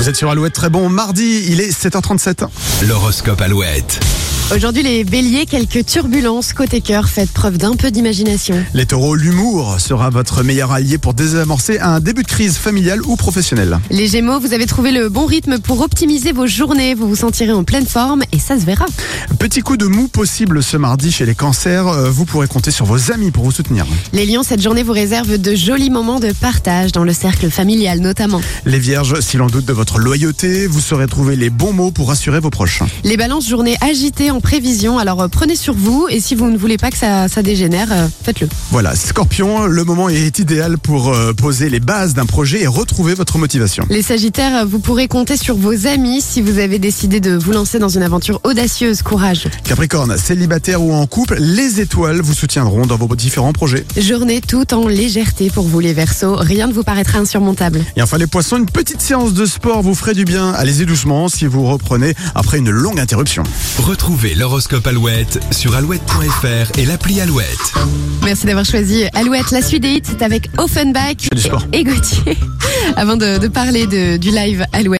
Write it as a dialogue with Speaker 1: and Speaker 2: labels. Speaker 1: Vous êtes sur Alouette, très bon mardi, il est 7h37.
Speaker 2: L'horoscope Alouette.
Speaker 3: Aujourd'hui, les béliers, quelques turbulences. Côté cœur, faites preuve d'un peu d'imagination.
Speaker 1: Les taureaux, l'humour sera votre meilleur allié pour désamorcer un début de crise familiale ou professionnelle.
Speaker 3: Les gémeaux, vous avez trouvé le bon rythme pour optimiser vos journées. Vous vous sentirez en pleine forme et ça se verra.
Speaker 1: Petit coup de mou possible ce mardi chez les cancers, euh, vous pourrez compter sur vos amis pour vous soutenir.
Speaker 3: Les lions, cette journée vous réserve de jolis moments de partage dans le cercle familial notamment.
Speaker 1: Les vierges, si l'on doute de votre loyauté, vous saurez trouver les bons mots pour rassurer vos proches.
Speaker 3: Les balances, journée agitée en prévision. Alors euh, prenez sur vous et si vous ne voulez pas que ça, ça dégénère, euh, faites-le.
Speaker 1: Voilà, scorpion, le moment est idéal pour euh, poser les bases d'un projet et retrouver votre motivation.
Speaker 3: Les sagittaires, euh, vous pourrez compter sur vos amis si vous avez décidé de vous lancer dans une aventure audacieuse. Courage.
Speaker 1: Capricorne, célibataire ou en couple, les étoiles vous soutiendront dans vos différents projets.
Speaker 3: Journée toute en légèreté pour vous les Verseaux. Rien ne vous paraîtra insurmontable.
Speaker 1: Et enfin les poissons, une petite séance de sport vous ferait du bien. Allez-y doucement si vous reprenez après une longue interruption.
Speaker 2: Retrouvez l'horoscope Alouette sur alouette.fr et l'appli Alouette.
Speaker 3: Merci d'avoir choisi Alouette. La suite des hits, c'est avec Offenbach
Speaker 1: du sport.
Speaker 3: et Gauthier. Avant de, de parler de- du live Alouette.